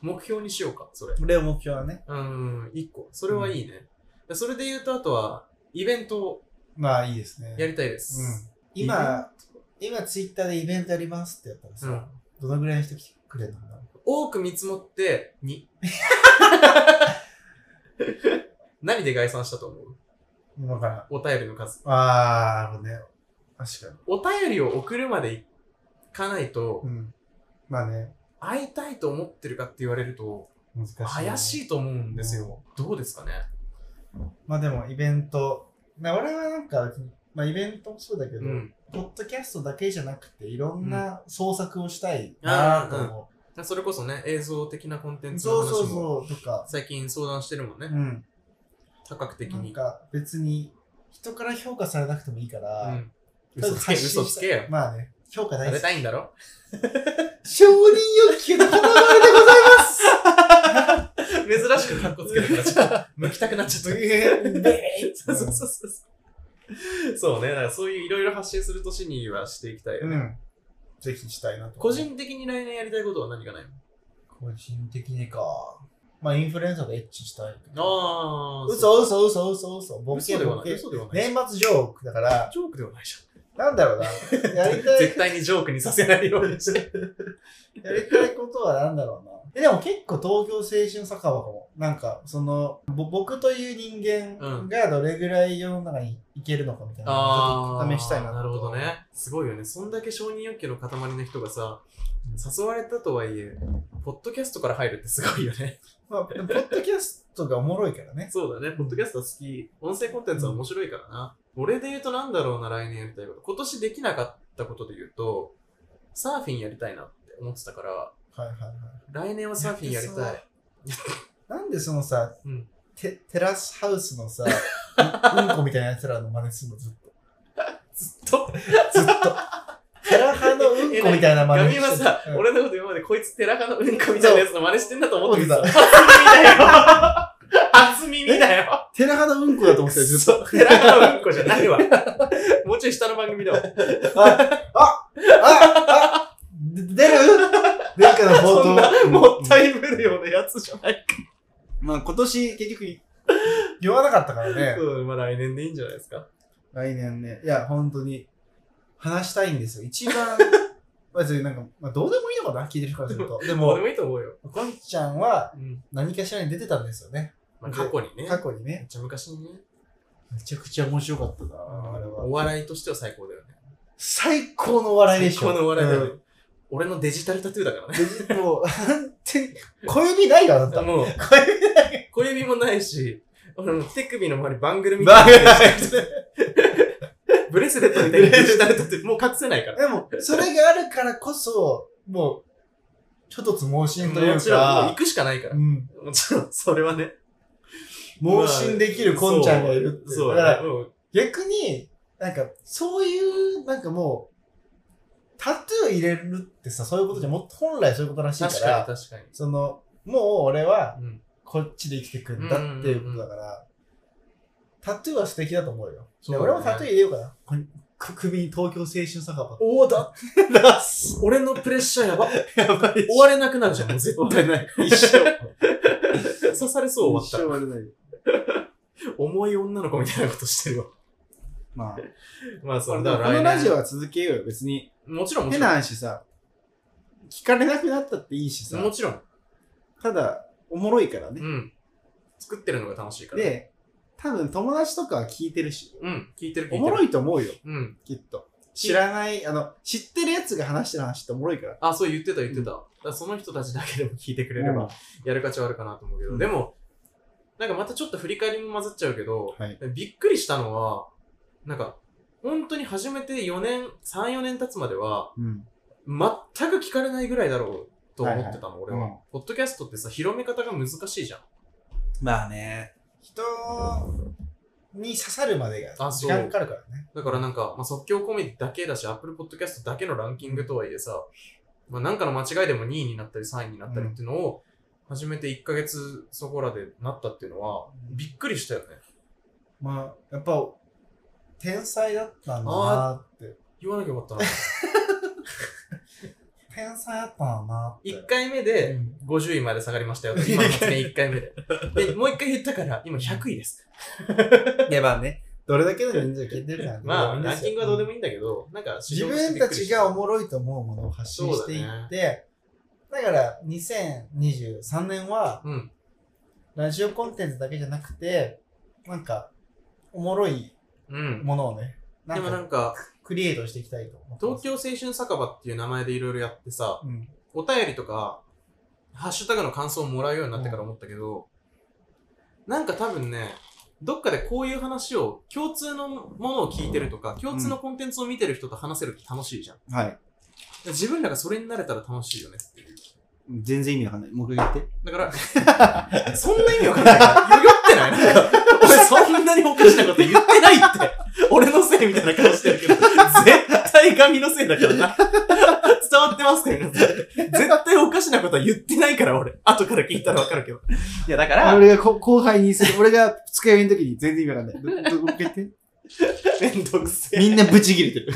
Speaker 1: 目標にしようか、それ。
Speaker 2: これを目標はね。
Speaker 1: うん、一個。それはいいね。それで言うと、あとは、イベントを
Speaker 2: まあいいですね。
Speaker 1: やりたいで
Speaker 2: うん
Speaker 1: す。
Speaker 2: 今、今ツイッターでイベントやりますってやったら
Speaker 1: うん
Speaker 2: さ、どのぐらいの人来てくれるのかな
Speaker 1: 多く見積もって2。何で概算したと思う
Speaker 2: 今から。
Speaker 1: お便りの数。
Speaker 2: あー、なるほどね。確かに。
Speaker 1: お便りを送るまでいかないと、
Speaker 2: うん。まあね、
Speaker 1: 会いたいと思ってるかって言われると、
Speaker 2: 難しいね。
Speaker 1: 怪しいと思うんですよ。どうですかね
Speaker 2: まあでもイベント、な俺はなんか別に、まあイベントもそうだけど、
Speaker 1: うん。
Speaker 2: ポッドキャストだけじゃなくて、いろんな創作をしたい
Speaker 1: うん
Speaker 2: なぁと思
Speaker 1: それこそね、映像的なコンテ
Speaker 2: う。
Speaker 1: ンツの
Speaker 2: そうそ
Speaker 1: 話
Speaker 2: う
Speaker 1: も
Speaker 2: そう、とか、
Speaker 1: 最近相談してるもん
Speaker 2: う
Speaker 1: ね。
Speaker 2: ん。
Speaker 1: 多角的
Speaker 2: なん
Speaker 1: に。
Speaker 2: か別に、人から評価されなくてもいいか
Speaker 1: う
Speaker 2: ら、
Speaker 1: ん。
Speaker 2: とりあえ
Speaker 1: 嘘
Speaker 2: ず
Speaker 1: つけ、
Speaker 2: 発信した
Speaker 1: 嘘つけよ。
Speaker 2: まあね、評価
Speaker 1: 食
Speaker 2: 大好
Speaker 1: べ
Speaker 2: き。
Speaker 1: たいんだろ
Speaker 2: 承認欲求の塊でございます
Speaker 1: 珍しく格好つけてくなっちゃった。向きたくなっちゃった。そうそうそうそうそう。そうね、だからそういういろいろ発信する年にはしていきたいよ
Speaker 2: う
Speaker 1: ね。
Speaker 2: ん。ぜひしたいなと。
Speaker 1: 個人的に来年やりたいことは何かない
Speaker 2: 個人的にか。まあインフルエンザでエッチしたい。
Speaker 1: のああ、
Speaker 2: 嘘嘘嘘嘘嘘。ボケ
Speaker 1: 嘘では
Speaker 2: ボ
Speaker 1: ない。
Speaker 2: ケ。
Speaker 1: 嘘ではない。
Speaker 2: 年末ジョークだから、
Speaker 1: ジョークではないじゃ
Speaker 2: なんだろうな。やり
Speaker 1: ん。
Speaker 2: た い
Speaker 1: 絶、対にジョークにさせないようにして。
Speaker 2: やりたいことはなんだろうな。えでも結構東京青春酒場かも。なんか、その、ぼ僕という人間がどれぐらい世の中にいけるのかみたいなのを
Speaker 1: あ
Speaker 2: ちょっ
Speaker 1: あ、
Speaker 2: と試したいなと。
Speaker 1: なるほどね。すごいよね。そんだけ承認欲求の塊の人がさ、誘われたとはいえ、ポッドキャストから入るってすごいよね。
Speaker 2: まあ、ポッドキャストがおもろいからね。
Speaker 1: そうだね。ポッドキャストは好き。音声コンテンツは面白いからな。俺で言うとなんだろうな、来年やりたいこと。今年できなかったことで言うと、サーフィンやりたいなって思ってたから、
Speaker 2: はいはいはい。
Speaker 1: 来年はサーフィンやりたい。
Speaker 2: なんでそのさ、
Speaker 1: うん
Speaker 2: テテラスハウス のさ、ううんこみたいなやつらの真似するのずっと。
Speaker 1: ずっと
Speaker 2: ずっと。テラ派のうんこみたい
Speaker 1: ガ
Speaker 2: な真似
Speaker 1: ミはさ、
Speaker 2: うん
Speaker 1: 俺のこと今までこいつ寺派のうんこみたいなやつの真似してんだと思ってた。
Speaker 2: 思って
Speaker 1: 初耳だよ初耳だよ
Speaker 2: テラ派のうんこだと思ってたよずっと。
Speaker 1: そう寺派のうんこじゃないわ。もうちょい下の番組だわ。
Speaker 2: あ、あ、あ、で出る出るから冒
Speaker 1: そんな
Speaker 2: 頭。
Speaker 1: もったいぶるようなやつじゃないか。
Speaker 3: まあ今年結局、
Speaker 2: 言わなかったからね。
Speaker 1: うん、まあ来年でいいんじゃないですか。
Speaker 2: 来年ね。いや、本当に、話したいんですよ。一 番、別になんか、まあ、どうでもいいのかな、聞いてる人からすると。で
Speaker 1: どう
Speaker 2: も
Speaker 1: で、もいいと思うよ。
Speaker 2: こんちゃんは
Speaker 1: うん。
Speaker 2: 何かしらに出てたんですよね。
Speaker 1: まあ、過去にね。
Speaker 2: 過去に
Speaker 1: め
Speaker 2: ね。
Speaker 1: っちゃ昔にね。
Speaker 2: めちゃくちゃ面白かったな、あれは
Speaker 1: お。笑いとしては最高だよね。
Speaker 2: 最高の笑いでしょ。
Speaker 1: 最高の笑いだよ
Speaker 2: う
Speaker 1: ね
Speaker 2: ん。
Speaker 1: 俺のデジタルタトゥーだからね。
Speaker 2: デジもう、本当に、小指ないよ、あなた。
Speaker 1: もう、
Speaker 2: 小指
Speaker 1: 小指もないし、俺の手首の周り番組みた
Speaker 2: ないい
Speaker 1: な。ブレスレットみたいなデジタルタトゥー、もう隠せない から。
Speaker 2: でも、それがあるからこそ、もう、一つ盲信という
Speaker 1: もちろん、もう行
Speaker 2: か、
Speaker 1: くしかないから
Speaker 2: う。ん、
Speaker 1: もちろん、それはね。
Speaker 2: 盲信できるこんちゃんがいるっていう。
Speaker 1: そう。
Speaker 2: だから、
Speaker 1: そううん
Speaker 2: 逆に、なんか、そういう、なんかもう、タトゥー入れるってさ、そういうことじゃもっと本来そういうことらしい
Speaker 1: 確
Speaker 2: か
Speaker 1: かに
Speaker 2: ら、
Speaker 1: 確かに。
Speaker 2: その、もう俺は
Speaker 1: うん
Speaker 2: こっちで生きてくんだっていうことだから、タトゥーは素敵だと思うよ。
Speaker 1: そうだね
Speaker 2: 俺もタトゥー入れようかな。ここにく首に東京青春酒 場。
Speaker 1: おおだ
Speaker 2: だっす。
Speaker 1: 俺のプレッシャーやば。
Speaker 2: やば い。
Speaker 1: 終われなくなるじゃん、もう絶 対ない。一生。 刺されそう終わっ
Speaker 3: 一
Speaker 1: た
Speaker 3: 生終われないよ。
Speaker 1: ら。重い女の子みたいなことしてるわ。
Speaker 3: まあ、
Speaker 1: まあそ
Speaker 3: こ
Speaker 1: う、だから来
Speaker 3: の
Speaker 1: 年
Speaker 3: ラジオは続けようよ、別に。
Speaker 1: もちろん、もち
Speaker 3: 変
Speaker 1: ろ
Speaker 3: な話さ、聞かれなくなったっていいしさ
Speaker 1: ん。、もちろん。
Speaker 3: ただ、おもろいから
Speaker 1: う
Speaker 3: ね。
Speaker 1: ん。作ってるのが楽しいから。、
Speaker 3: で、多分友達とかは聞いてるし、
Speaker 1: うん。聞いてる聞いてる。
Speaker 3: おもろいと思うよ、
Speaker 1: うん。
Speaker 3: きっと。知らない、あの、知ってるやつが話してる話っておもろいから。
Speaker 1: あ、そう言ってた言ってた。だからその人たちだけでも聞いてくれれば、やる価値はあるかなと思うけど、
Speaker 3: うん
Speaker 1: でも、なんかまたちょっと振り返りも混ざっちゃうけど、
Speaker 3: はい
Speaker 1: びっくりしたのは、なんか、本当に初めて4年、3、4年経つまでは、
Speaker 3: うん。
Speaker 1: 全く聞かれないぐらいだろうと思ってたの、俺は、
Speaker 3: うん
Speaker 1: ポッドキャストってさ、広め方が難しいじゃん。
Speaker 3: まあね。
Speaker 2: 人に刺さるまでが
Speaker 1: あ
Speaker 2: 時
Speaker 1: そう
Speaker 2: 間かかるからね。
Speaker 1: だからなんか、まあ、即興コメディだけだし、Apple Podcast だけのランキングとはいえさ、まあ、なんかの間違いでも2位になったり3位になったりっていうのを、初めて1ヶ月そこらでなったっていうのは、びっくりしたよね。
Speaker 2: まあ、やっぱ、天才だったんだなーって。
Speaker 1: 言わなきゃよか ったな。
Speaker 2: 天才だったんだなーっ
Speaker 1: 1
Speaker 2: て。
Speaker 1: 回目で50位まで下がりま したよ。今の発言1回目で。で、もう1回言ったから、今100位です。
Speaker 2: いや、まあね、どれだけの人数聞いてるかなんて
Speaker 1: まあ、ランキングはどうで
Speaker 2: もいい
Speaker 1: もいいん
Speaker 2: んですよ。
Speaker 1: だけど、なんか、
Speaker 2: 自分たちがお
Speaker 1: 思
Speaker 2: もろいと思うものを発信していって、だから2023年は、
Speaker 1: う。うん。
Speaker 2: ラジオコンテンツだけじゃなくて、なんか、おもろい
Speaker 1: うん。
Speaker 2: ものをね、な
Speaker 1: で
Speaker 2: ん
Speaker 1: もなん
Speaker 2: か
Speaker 1: か、
Speaker 2: クリエイトしていきたいと思ってま
Speaker 1: 東
Speaker 2: す。
Speaker 1: 京青春酒場っていう名前でいろいろやってさ、
Speaker 2: うん
Speaker 1: お便りとか、ハッシュタグの感想をもらうようになってから思ったけど、なんか多分ね、どっかでこういう話を、共通のものを聞いてるとか、共通のコンテンツを見てる人と話せるって楽しいじゃん。
Speaker 3: はい。
Speaker 1: 自分らがそれになれたら楽しいよねっていう。
Speaker 3: 全然意味わかんない。もう一回言って。
Speaker 1: だから、そんな意味わかんないから、よよってないなんか俺そんなにおかしなこと言ってないって。俺のせいみたいな顔してるけど、絶対髪のせいだからな。伝わってますか皆さん。絶対おかしなことは言ってないから、俺。後から聞いたらわかるけど。いや、だか、
Speaker 3: 俺がこ後輩にする、俺が付き合いの時に全然意味わかんない。 どどもう一回言って。
Speaker 1: めんどくせ
Speaker 3: みんなブチ切れてる。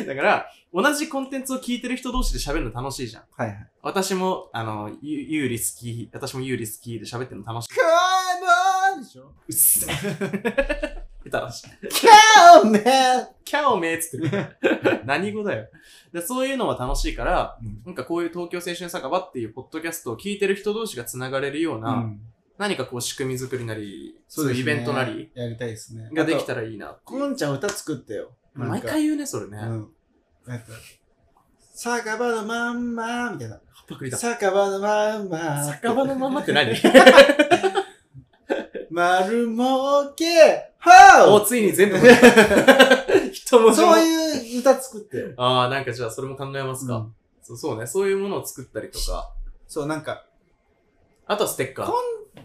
Speaker 1: え。だから、同じコンテンツを聞いてる人同士で喋るの楽しいじゃん。
Speaker 3: はいはい。
Speaker 1: 私も、あの、ゆゆうり好き、私もゆうり好きで喋ってるの楽しい。
Speaker 3: カーンでしょ
Speaker 1: うっせえ。下手だし。
Speaker 3: カーンね
Speaker 1: キャオめーっつってる。 何語だよ。でそういうのは楽しいから、
Speaker 3: うん
Speaker 1: なんかこういう東京青春酒場っていうポッドキャストを聞いてる人同士が繋がれるような、
Speaker 3: うん。
Speaker 1: 何かこう仕組み作りなり、そういうイベントなり
Speaker 3: やりたいですね。
Speaker 1: ができた
Speaker 3: ら。
Speaker 1: らいいな。
Speaker 3: コンちゃん歌作ってよ。なんか
Speaker 1: 毎回言うね、それね。
Speaker 3: うん。なんか酒場のまんまみたいな。
Speaker 1: パクリだ。
Speaker 3: 酒場のまんま
Speaker 1: 酒場のまんまって何
Speaker 3: 丸儲けは
Speaker 1: お、
Speaker 3: お
Speaker 1: ついに全部。 人も
Speaker 3: そう
Speaker 1: う。
Speaker 3: いう歌作ってよ。
Speaker 1: ああ、なんかじゃあそれも考えますか、
Speaker 3: うん
Speaker 1: そう。そうね、そういうものを作ったりとか。
Speaker 3: そう、なんか、
Speaker 1: あとはステッカー
Speaker 3: こ。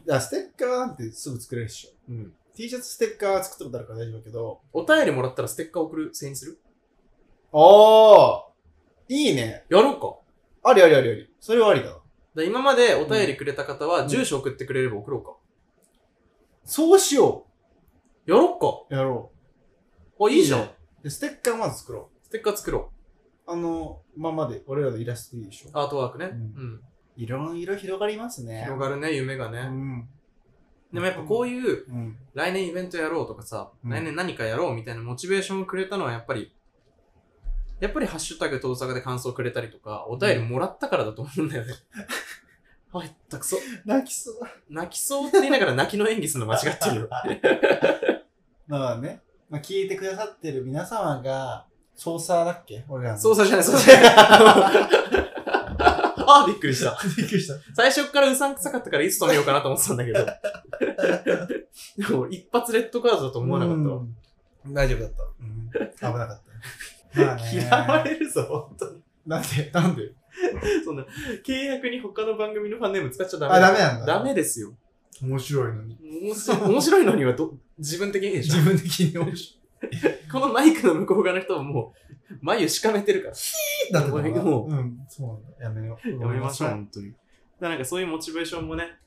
Speaker 3: あステッカーなんてすぐ作れるでしょ。
Speaker 1: うん、
Speaker 3: T シャツステッカーは作ったことあるから大丈夫だけど。
Speaker 1: お便りもらったらステッカー送る製にする
Speaker 3: おーいいね。
Speaker 1: やろうか。
Speaker 3: ありありありあり。それはありだな。
Speaker 1: だ今までお便りくれた方は、住所送ってくれれば送ろうか。
Speaker 3: そうしよ
Speaker 1: やろっか。
Speaker 3: う。やろ
Speaker 1: あ、いいじゃん。
Speaker 3: う。で、ステッカーまず作ろ
Speaker 1: ステッカー作ろ
Speaker 2: あの、ままで、俺らのイラストいいでしょ。
Speaker 1: アートワークね。う
Speaker 2: うん
Speaker 1: ん。
Speaker 2: いろいろ広がりますね。
Speaker 1: 広がるね、夢が
Speaker 2: う
Speaker 1: ね。
Speaker 2: ん。
Speaker 1: でもやっぱこういう、
Speaker 2: うん。
Speaker 1: 来年イベントやろうとかさ、
Speaker 2: うん
Speaker 1: 来年何かやろうみたいなモチベーションをくれたのはやっぱり、やっぱりハッシュタグ遠坂で感想くれたりとか、お便りもらったからだと思うんだよね。 はい、たくそ。
Speaker 2: 泣きそう。
Speaker 1: 泣きそうって言いながら泣きの演技するの間違って るよ。
Speaker 2: まあね、まあ、聞いてくださってる皆様が、操作だっけ俺らの。
Speaker 1: 操作じゃない、操 作じゃない。あーびっくりした。
Speaker 2: びっくりした。
Speaker 1: 最初からうさんくさかったからいつ止めようかなと思ってたんだけど。でも一発レッドカードだと思わなかったわ。
Speaker 2: うん大丈夫だった。うん、危なかった。まあね
Speaker 1: 嫌われるぞ、本当に。
Speaker 2: なんでなんで
Speaker 1: そんな、契約に他の番組のファンネーム使っちゃダメ
Speaker 2: あ、ダメなんだ。
Speaker 1: ダメですよ。
Speaker 2: 面白いのに。
Speaker 1: 面白い面白いのにはど自分的にでしょ
Speaker 2: 自分的に面白い。
Speaker 1: このマイクの向こう側の人はもう眉しかめてるから
Speaker 2: だってな
Speaker 1: もう
Speaker 2: うん、そうなんだ。やめよう。
Speaker 1: やめましょう
Speaker 2: ごめんなさい
Speaker 1: 本当にだからなんかそういうモチベーションもね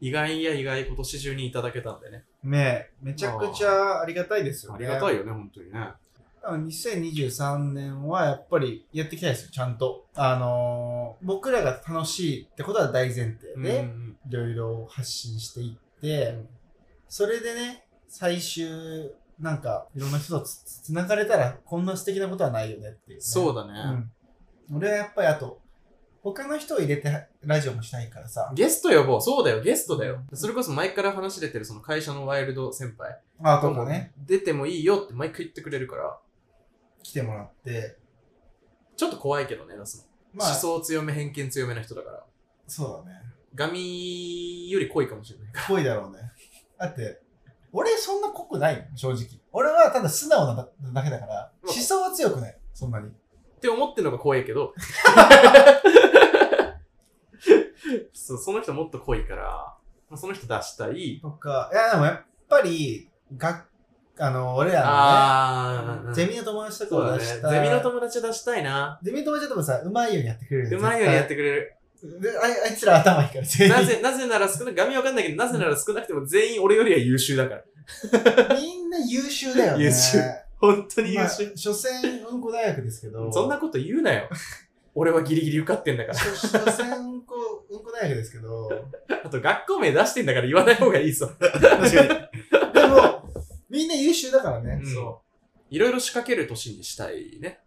Speaker 1: 意外や意外今年中にいただけたんでね
Speaker 2: ねえ、めちゃくちゃありがたいですよ
Speaker 1: あ
Speaker 2: ね。
Speaker 1: りがた
Speaker 2: い。
Speaker 1: いよね本当にね
Speaker 2: 2023年はやっぱりやっていきたいですよ、ちゃんと。あのー僕らが楽しいってことは大前提で、
Speaker 1: うん
Speaker 2: いろいろ発信していって、それでね、最終、なんか、いろんな人とつつつながれたら、こんな素敵なことはないよねっていう、
Speaker 1: そう
Speaker 2: う
Speaker 1: だ
Speaker 2: だ
Speaker 1: ね、
Speaker 2: うん。俺はやっぱり、あと、他の人を入れてラジオもしたいからさ。
Speaker 1: ゲスト呼ぼうそうだよゲストだよそれこそ前から話出てるその会社のワイルド先輩
Speaker 2: あともね、
Speaker 1: 出てもいいよって毎回言ってくれるから
Speaker 2: 来てもらって。
Speaker 1: ちょっと怖いけどね出すの、
Speaker 2: まあ、そ
Speaker 1: 思想強め偏見強めな人だから
Speaker 2: うだね。
Speaker 1: ガミより濃いかもしれない
Speaker 2: 濃いだろうね。だって、俺そんな濃くない正直。俺はただ素直なだだけだから、思想は強くない。そんなに。
Speaker 1: って思ってるのが怖いけ ど。そうその人もっと濃いから、まあその人出したい。
Speaker 2: とか、いやでもやっぱり、があの、俺らのね、
Speaker 1: あー、
Speaker 2: ゼミの友達と
Speaker 1: そう
Speaker 2: か
Speaker 1: だ
Speaker 2: を
Speaker 1: ね。
Speaker 2: 出し
Speaker 1: ゼ
Speaker 2: た、
Speaker 1: ミの友達出したいな。
Speaker 2: ゼミの友達ともさ、うまいようにやってくれる
Speaker 1: うまいようにやっててくれる。
Speaker 2: あいあいつら頭いいから、全員。
Speaker 1: なぜ、なぜなら少なく、ガミわかんないけど、なぜなら少なくても全員俺よりは優秀だから。
Speaker 2: みんな優秀だよね。
Speaker 1: 優秀本当に優
Speaker 2: まあ、
Speaker 1: 秀。
Speaker 2: 所詮、うんこ大学ですけど。
Speaker 1: そんなこと言うなよ。俺はギリギリ受かってんだ から。
Speaker 2: 所所詮、うんこ、うんこ大学ですけど。
Speaker 1: あと学校名出してんだから言わない方がいいぞ。
Speaker 2: 確かに。 でも、みんな優秀だからね。
Speaker 1: うん
Speaker 2: そ
Speaker 1: いろいろ仕掛ける年にしたいね。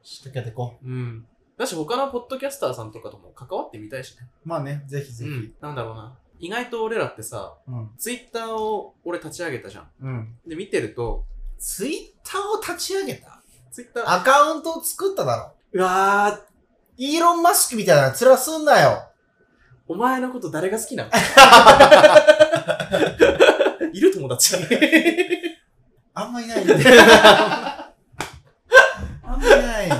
Speaker 2: う。仕掛けてこ
Speaker 1: うん。だし他のポッドキャスターさんとかとも関わってみたいしね。
Speaker 2: う。まあね、ぜひぜ
Speaker 1: う
Speaker 2: ひ。
Speaker 1: ん、なんだろうな意外と俺らってさ
Speaker 2: うん。
Speaker 1: ツイッターを俺立ち上げたじゃん
Speaker 2: うん。
Speaker 1: で見てると
Speaker 2: ツイッターを立ち上げた
Speaker 1: ツイッター
Speaker 2: アカウントを作っただろ。
Speaker 1: うわー
Speaker 2: イーロン・マスクみたいな面すんなよ。
Speaker 1: お前のこと誰が好き なのいる友達
Speaker 2: あんまいない よね。あんまいないよ。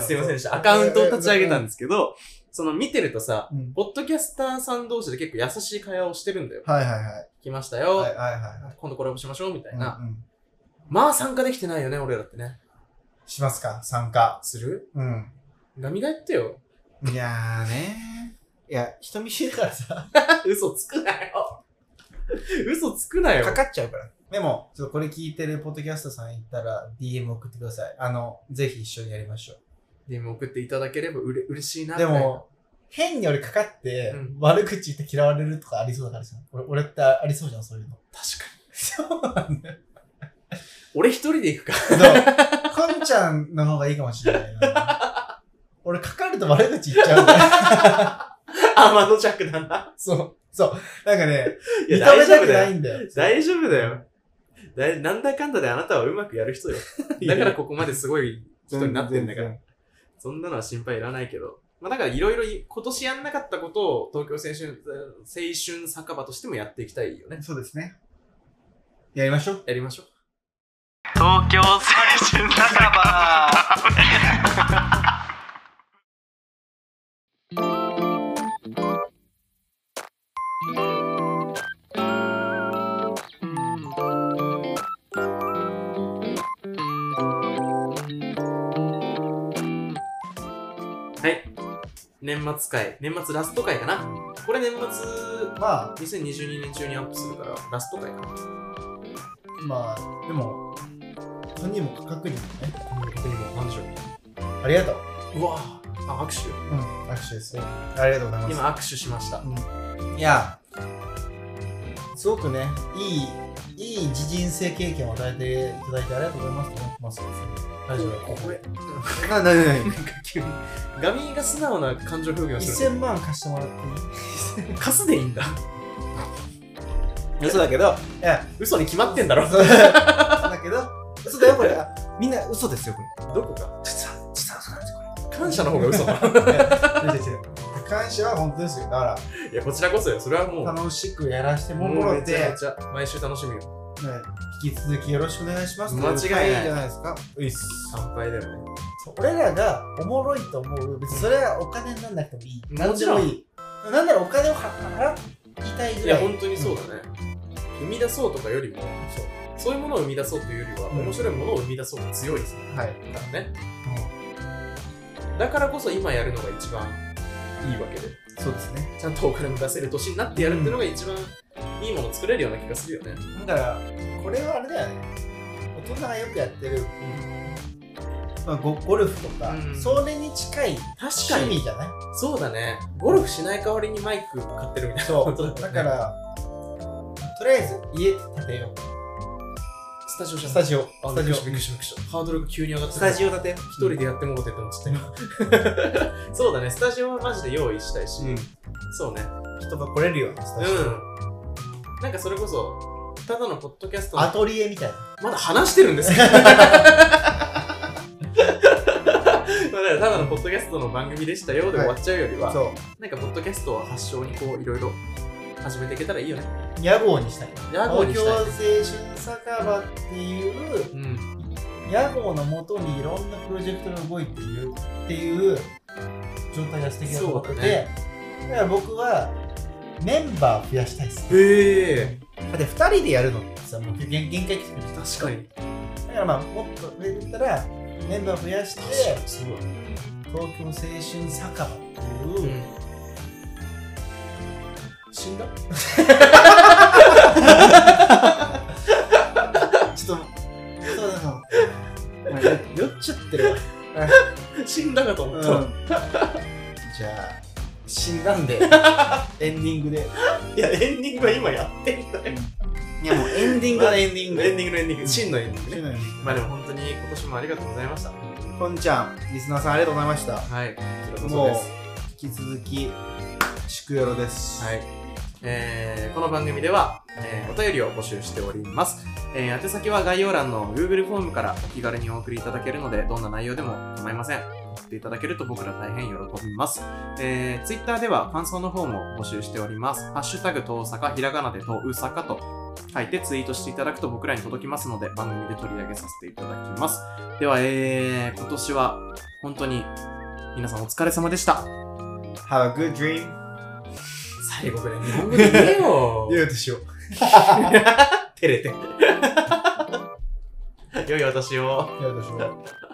Speaker 1: すいませんでしたアカウントを立ち上げたんですけどその見てるとさ
Speaker 2: うん
Speaker 1: ポッドキャスターさん同士で結構優しい会話をしてるんだよ
Speaker 2: はいはいはい。
Speaker 1: 来ましたよ、
Speaker 2: はいはいはいは
Speaker 1: 今度コラボしましょうみた
Speaker 2: い。
Speaker 1: いな、
Speaker 2: うんうん
Speaker 1: まあ参加できてないよね俺らってね
Speaker 2: しますか参加。
Speaker 1: する
Speaker 2: うん。
Speaker 1: ガミが言ってよ
Speaker 2: いやーねー。いや、人見知りだからさ、
Speaker 1: 嘘つくなよ 嘘つくなよ
Speaker 2: かかっちゃうから。でも、ちょっとこれ聞いてるポッドキャストさんいたら、DM 送ってください。あの、ぜひ一緒にやりましょ
Speaker 1: でも送っていただければうれ嬉しいな
Speaker 2: う。で、も、変に俺かかって
Speaker 1: うん、
Speaker 2: 悪口言って嫌われるとかありそうだからさ。俺俺ってありそうじゃん、そういう の。
Speaker 1: 確かに。
Speaker 2: そうなんだよ。
Speaker 1: 俺一人で行くか。
Speaker 2: けど、かんちゃんの方がいいかもしれないな。俺かかると悪口言っちゃ うから。
Speaker 1: あ、マドジャックだな。
Speaker 2: そう。そう。なんかね、
Speaker 1: い
Speaker 2: 認
Speaker 1: や、大
Speaker 2: め
Speaker 1: 丈
Speaker 2: た
Speaker 1: 夫
Speaker 2: くな
Speaker 1: だよ。
Speaker 2: いんだよ。
Speaker 1: 大丈夫だよ。だいなんだかんだであなたはうまくやる人よ。 だからここまでですごい人になってんだから。そんなのは心配いらないけど。まあだからいろいろい今年やんなかったことを東京青春、青春酒場としてもやっていきたいよね。
Speaker 2: そうですね。やりましょう。
Speaker 1: やりましょう。
Speaker 4: 東京青春酒場
Speaker 1: はい。年末回、年末ラスト回かな。これ年末、
Speaker 2: まあ、
Speaker 1: 2022年中にアップするから、ラスト回かな。
Speaker 2: まあ、でも、とにもかかくにもね
Speaker 1: でも、なんでしょう。
Speaker 2: ありがとう
Speaker 1: うわぁ、あ、握手。
Speaker 2: うん握手ですねありがとうございます
Speaker 1: 今握手しました。
Speaker 2: いや、すごくね、いい、いい人生経験を与えていただいてありがとうございますと思ってます。大丈夫。
Speaker 1: これ、
Speaker 2: な、な、 な、
Speaker 1: なんか急に。ガミが素直な感情表現をする。
Speaker 2: 1000万貸してもらって
Speaker 1: カスでいいんだ。
Speaker 2: いい嘘だけど、いや、
Speaker 1: 嘘に決まってんだろ。
Speaker 2: 嘘だけど、嘘だよ、これ。あみんな嘘ですよ、これ。
Speaker 1: どこか。
Speaker 2: 実は、実は嘘なんですよ、こ
Speaker 1: 感謝の方が嘘だ。
Speaker 2: れ。違う違う違う感謝は本当ですよ。だか
Speaker 1: いや、こちらこそよ。それはも
Speaker 2: ら、
Speaker 1: う、
Speaker 2: 楽しくやらせても
Speaker 1: もう
Speaker 2: ら
Speaker 1: め
Speaker 2: っ
Speaker 1: ち
Speaker 2: て、
Speaker 1: ゃめ
Speaker 2: ね
Speaker 1: ちゃ、毎週楽しみよ。
Speaker 2: 引き続きよろしくお願いしますとう
Speaker 1: 間違いない
Speaker 2: 回じゃないですか。ういっす。
Speaker 1: 乾杯だよね。
Speaker 2: そう俺らがおもろいと思う別にそれはお金にならなくてもいい、
Speaker 1: うん
Speaker 2: なん、でもいいなんならお金を払いたい
Speaker 1: い
Speaker 2: ぐ
Speaker 1: や、
Speaker 2: らい
Speaker 1: 本当にそうだね。生み出そうとかよりも、そういうものを生み出そうというよりは、面白いものを生み出そうが強いですね。
Speaker 2: はい
Speaker 1: だからね。だからこそ今やるのが一番いいわけで。
Speaker 2: そうですね
Speaker 1: ちゃんとお金も出せる年になってやるっていうのが一番いいものを作れるような気がするよね。
Speaker 2: だからこれはあれだよね大人がよくやってる、まあ、ゴゴルフとか、
Speaker 1: うん
Speaker 2: それに近い
Speaker 1: 確か
Speaker 2: 趣
Speaker 1: に。
Speaker 2: 味じゃない
Speaker 1: そうだね。ゴルフしない代わりにマイク買ってるみたいな。
Speaker 2: そ
Speaker 1: 本当だよ
Speaker 2: う
Speaker 1: ね
Speaker 2: だからとりあえず家建てよ
Speaker 1: スタジオ
Speaker 2: う
Speaker 1: じゃ
Speaker 2: ス
Speaker 1: ない
Speaker 2: タジオ
Speaker 1: あ
Speaker 2: スタジオ
Speaker 1: びっくりしたびっくりしたハードルが急に上がって
Speaker 2: スタジオ建てよう
Speaker 1: 一人でやってもろてって思っちゃっ た今そうだね、スタジオはマジで用意したいし、
Speaker 2: うん
Speaker 1: そうね。
Speaker 2: 人が来れるようなスタジオ、
Speaker 1: うん。なんかそれこそ、ただのポッドキャストの
Speaker 2: アトリエみたいな
Speaker 1: まだ話してるん ですよ。まあだからただのポッドキャストの番組でしたよで終わっちゃうよりは、
Speaker 2: そ
Speaker 1: なんかポッドキャストを発祥にこういろいろ始めていけたらいいよね。
Speaker 2: う屋号にしたい
Speaker 1: 屋号にしたい
Speaker 2: 東京青春酒場っていう
Speaker 1: うん。
Speaker 2: 屋号のもとにいろんなプロジェクトが動いているっていう状態が素敵だと思ってて
Speaker 1: そうだ
Speaker 2: だ,、
Speaker 1: ね
Speaker 2: から僕はメンバー増やしたいですだ
Speaker 1: へえ。
Speaker 2: って2人でやるのってさもう限限界来てくるじゃん
Speaker 1: 確かに。
Speaker 2: だからまあもっと上で言ったらメンバー増やして
Speaker 1: そうだね。
Speaker 2: 東京青春酒場っていう、
Speaker 1: うん。死んだ
Speaker 2: ちょっとそうだなお前酔酔っちゃってるわ、
Speaker 1: 死んだかと思った。
Speaker 2: じゃあ死んだんで エンディングで
Speaker 1: いや、エンディングは今やってんだよ。
Speaker 2: いやもうエンディングはエンディング
Speaker 1: エンディングのエンディング、真のエンディングね。
Speaker 2: ね
Speaker 1: まあでも本当に今年もありがとうございました。
Speaker 2: こんちゃん、リスナーさんありがとうございました。
Speaker 1: はい、こちらこそ
Speaker 2: もう
Speaker 1: です。、
Speaker 2: 引き続き、祝よろです。
Speaker 1: はい。えーこの番組では、えーお便りを募集しております。えー宛先は概要欄の Google フォームからお気軽にお送りいただけるので、どんな内容でも構いません。送っていただけると僕ら大変喜びます。えー、Twitter では感想の方も募集しております。ハッシュタグ、と大阪、ひらがなでとうさかと書いてツイートしていただくと僕らに届きますので、番組で取り上げさせていただきます。では、えー、今年は本当に皆さんお疲れ様でした。
Speaker 2: Have a good dream.
Speaker 1: 最後ぐらい日本語で言えよ
Speaker 2: 良いお年を。
Speaker 1: 照れて。良いお年を。
Speaker 2: 良いお年を。